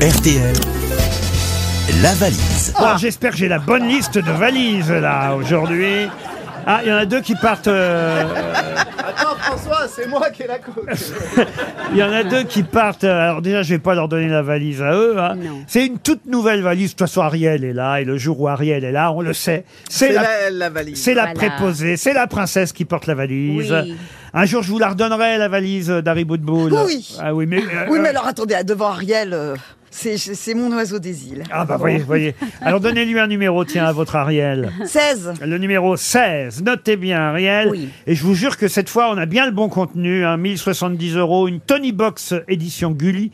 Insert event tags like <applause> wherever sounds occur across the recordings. RTL, la valise. Alors, j'espère que j'ai la bonne liste de valises là aujourd'hui. Ah, il y en a deux qui partent. euh, Attends, François, c'est moi qui ai la coque. <laughs> Il y en a deux qui partent. euh, Alors déjà, je vais pas leur donner la valise à eux. hein. C'est une toute nouvelle valise. De toute façon, Ariel est là et le jour où Ariel est là, on le sait. C'est C'est la, la, la valise. c'est la Voilà. préposée, c'est la princesse qui porte la valise. Oui. Un jour, je vous la redonnerai la valise d'Harry Boudboul. Oui. Ah oui, mais. euh, Oui, mais euh, alors attendez, à devant Ariel, euh, c'est- c'est mon oiseau des îles. Ah bah voyez, voyez. Alors donnez-lui un numéro, tiens, à votre Ariel. 16. Le numéro 16. Notez bien, Ariel. Oui. Et je vous jure que cette fois, on a bien le bon contenu. Hein, 1070 euros, une Tony Box édition Gulli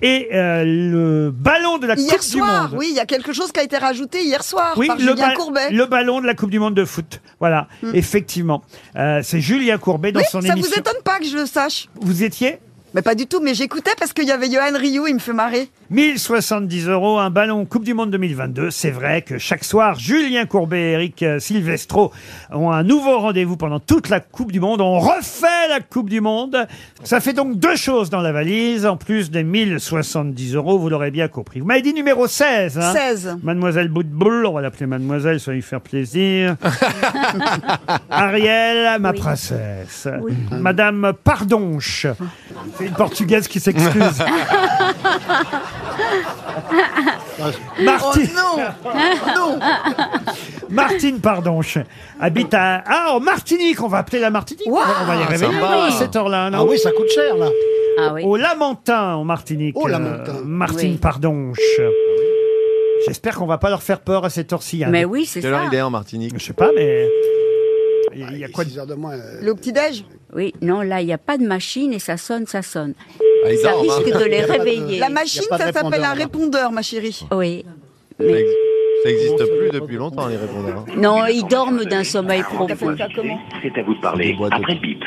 et euh, le ballon de la Hier Coupe soir, du Monde. oui, il y a quelque chose qui a été rajouté hier soir Oui, par le, Julien ba- Courbet. Hmm. le ballon de la Coupe du Monde de foot. Voilà, effectivement. Euh, c'est Julien Courbet dans Oui, son ça émission. vous étonne pas que je le sache Vous étiez Mais pas du tout, mais j'écoutais parce qu'il y avait Johan Rioux, il me fait marrer. 1070 euros, un ballon Coupe du Monde 2022. C'est vrai que chaque soir, Julien Courbet et Eric euh, Silvestro ont un nouveau rendez-vous pendant toute la Coupe du Monde. On refait la Coupe du Monde. Ça fait donc deux choses dans la valise, en plus des 1070 euros, vous l'aurez bien compris. Vous m'avez dit numéro 16, hein 16. Mademoiselle Boutboul, on va l'appeler mademoiselle, ça va lui faire plaisir. Ariel, ma princesse. Madame Pardonche. C'est une portugaise qui s'excuse. Martine, Non <laughs> Martine Pardonche habite à. Ah, en Martinique, on va appeler la Martinique. Waouh, on va y réveiller sympa. à cette heure-là. hein, non Ah oui, ça coûte cher là. Ah oui. Au Lamentin, en Martinique. euh, Au Lamentin. Martine Oui. Pardonche. J'espère qu'on va pas leur faire peur à cette heure-ci. hein. Mais oui, c'est Quelle heure ça. il est en Martinique Je sais pas, mais. Il y a- il y a quoi de 6 heures de moins. euh, Le petit-déj Oui, non, là, il n'y a pas de machine et ça sonne, ça sonne. Ah, il Ça dort, hein. risque de les Y a pas de- réveiller. La machine, pas de ça s'appelle un répondeur, là. répondeur, ma chérie. Oui. Ça ex- Ça existe plus depuis longtemps, les répondeurs. hein. Non, ils dorment d'un sommeil profond. C'est à vous de Des parler. boîtes Après le bip.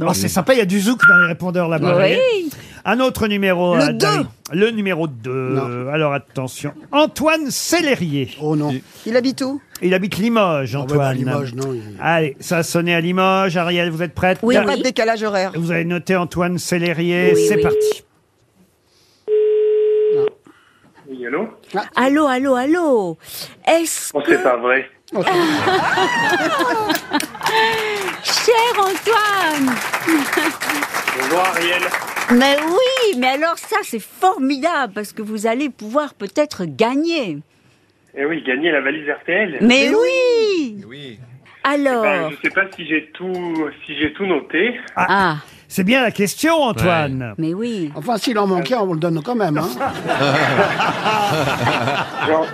Oh, c'est sympa, il y a du zouk dans les répondeurs là-bas. Oui. Un autre numéro. Le à deux. donner. Le numéro 2. Non. Alors attention. Antoine Sellerier. Oh non. Il habite où Il habite Limoges, Ah ouais, bah, Antoine. Limoges, non. il- Allez, ça a sonné à Limoges. Ariel, vous êtes prête Oui, Il n'y a oui. pas de décalage horaire. Vous avez noté Antoine Sellerier. Oui, c'est oui. parti. Allô, allô, allô. Est-ce que, Oh, pas vrai. <laughs> cher Antoine Bonjour Ariel. Mais oui, mais alors ça, c'est formidable parce que vous allez pouvoir peut-être gagner. Eh oui, gagner la valise RTL. Mais oui Oui. Alors, Eh ben, Euh, je sais pas si j'ai tout, si j'ai tout noté. ah, C'est bien la question, Antoine. mais oui. Enfin, s'il en manquait, on le donne quand même. Hein. J'en-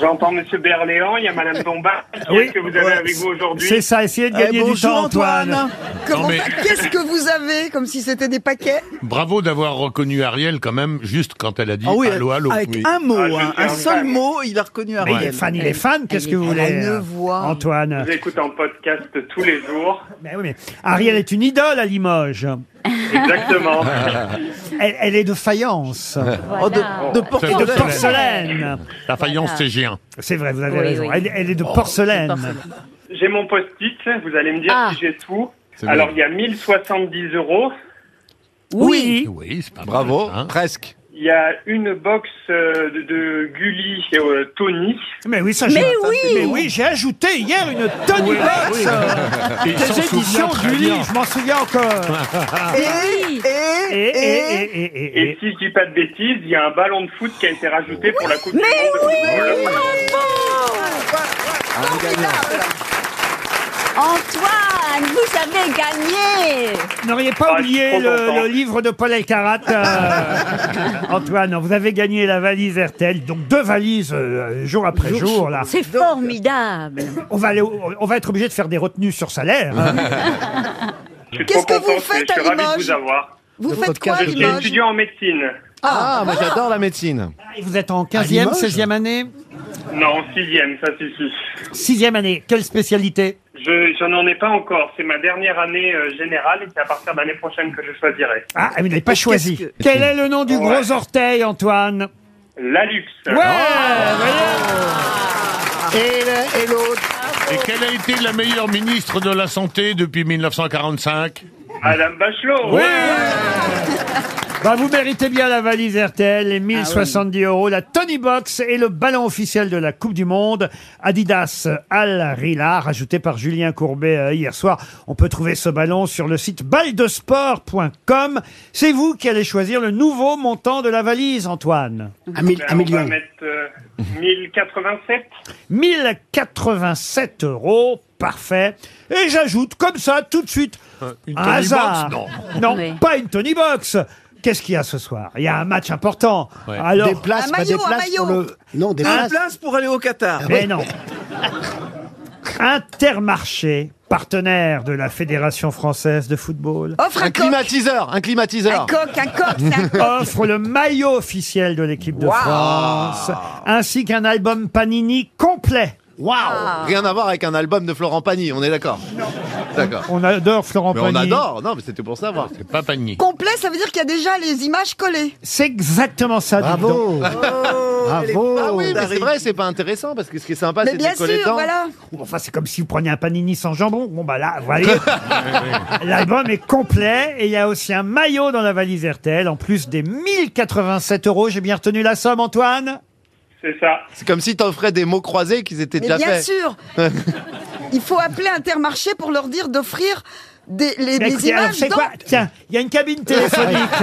J'entends Monsieur Berléand, il y a Madame Bombard qui est-ce que vous avez ouais, avec vous C'est aujourd'hui. ça, essayez de gagner Eh, du temps, Antoine. Comment mais- ça Qu'est-ce que vous avez Comme si c'était des paquets Bravo d'avoir reconnu Ariel quand même, juste quand elle a dit Ah oui, allô, allô. avec Oui. un mot, Ah, je hein, sais, un on seul va. mot, il a reconnu Mais il Ariel. est fan, il est fan. Qu'est-ce que vous elle voulez a une euh, voix. Antoine. Je l'écoute en podcast tous les jours. Mais oui, mais Ariel est une idole à Limoges. Exactement. Elle, elle est de faïence Oh, de, de et de porcelaine. porcelaine. La faïence Voilà. c'est géant. C'est vrai, vous avez Oui, raison. oui. Elle, elle est de porcelaine. J'ai mon post-it, vous allez me dire Ah. si j'ai tout. C'est bien. Alors, il y a 1070 euros. Oui. Oui, c'est pas mal, Bravo, hein. presque. Il y a une box euh, de, de Gulli et euh, Tony. Mais oui, ça, j'ai- Mais oui. Mais oui, j'ai ajouté hier une Tony Box euh, Et il s'en des éditions souvient très du bien. livre. Je m'en souviens encore. Oui. Et, et, et, et, et, Et et. si je dis pas de bêtises, il y a un ballon de foot qui a été rajouté pour la Coupe du Monde. de football. Antoine, vous avez gagné N'auriez pas Ah, je suis oublié trop le, content. le livre de Paul Elkarat, <laughs> euh, Antoine. Vous avez gagné la valise RTL, donc deux valises euh, jour après jour. Là, C'est formidable on va, aller, au- on va être obligé de faire des retenues sur salaire. hein. Je suis Qu'est-ce que vous trop content, je suis- faites je suis à ravi de Limoges vous avoir. Vous Le faites quoi à podcast Je suis Limoges étudiant en médecine. Ah, moi j'adore la médecine. Et vous êtes en À 15e, Limoges 16e année Non, en sixième, ça suffit. Sixième année, quelle spécialité Je, je n'en ai pas encore. C'est ma dernière année euh, générale et c'est à partir de l'année prochaine que je choisirai. Ah, vous n'avez pas choisi. que- Quel est le nom du Ouais. gros orteil, Antoine La luxe. Ouais voyez Et le- et l'autre. Et quelle a été la meilleure ministre de la Santé depuis 1945 Madame Bachelot. Ouais Bah, vous méritez bien la valise RTL, les 1070 euros, la Tony Box et le ballon officiel de la Coupe du Monde, Adidas Al Rila, rajouté par Julien Courbet euh, hier soir. On peut trouver ce ballon sur le site baldesport.com. C'est vous qui allez choisir le nouveau montant de la valise, Antoine. Un, mil- Ben, un On va million. mettre euh, 1087. 1087 euros, parfait. Et j'ajoute comme ça, tout de suite, Une un Tony Box, hasard. non. <laughs> non, Oui. pas une Tony Box. Qu'est-ce qu'il y a ce soir Il y a un match important. Ouais. Alors, Des places, Un pas maillot, des un places pour maillot. le. Non, des Un places. place pour aller au Ah Qatar. Mais non. Intermarché, partenaire de la Fédération française de football, Oh. Offre Un un coq. climatiseur, un Un climatiseur. coq, un coq, <laughs> c'est un coq. offre le maillot officiel de l'équipe de France, ainsi qu'un album Panini complet. Waouh Ah, Rien à voir avec un album de Florent Pagny, on est d'accord D'accord. On adore Florent Mais on Pagny. adore, non mais c'était pour savoir. C'est pas Pagny. Complet, ça veut dire qu'il y a déjà les images collées. C'est exactement ça. dites donc. Bravo. Bravo. Ah oui, mais c'est Dari. vrai, c'est pas intéressant parce que ce qui est sympa, Mais c'est de bien décoller sûr, dedans. voilà. Ou Enfin, c'est comme si vous preniez un panini sans jambon. Bon, bah là, vous voyez, l'album est complet et il y a aussi un maillot dans la valise RTL, en plus des 1087 euros. J'ai bien retenu la somme, Antoine C'est ça. C'est comme si t'offrais des mots croisés qu'ils étaient Mais déjà bien faits. sûr. Il faut appeler Intermarché pour leur dire d'offrir des les, les Écoutez, alors, images c'est dans... quoi Tiens, il y a une cabine <laughs> téléphonique.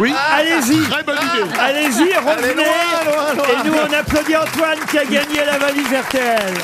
Oui. Ah, Allez-y Très bonne idée. Allez-y, revenez Et nous, on applaudit Antoine qui a gagné la valise RTL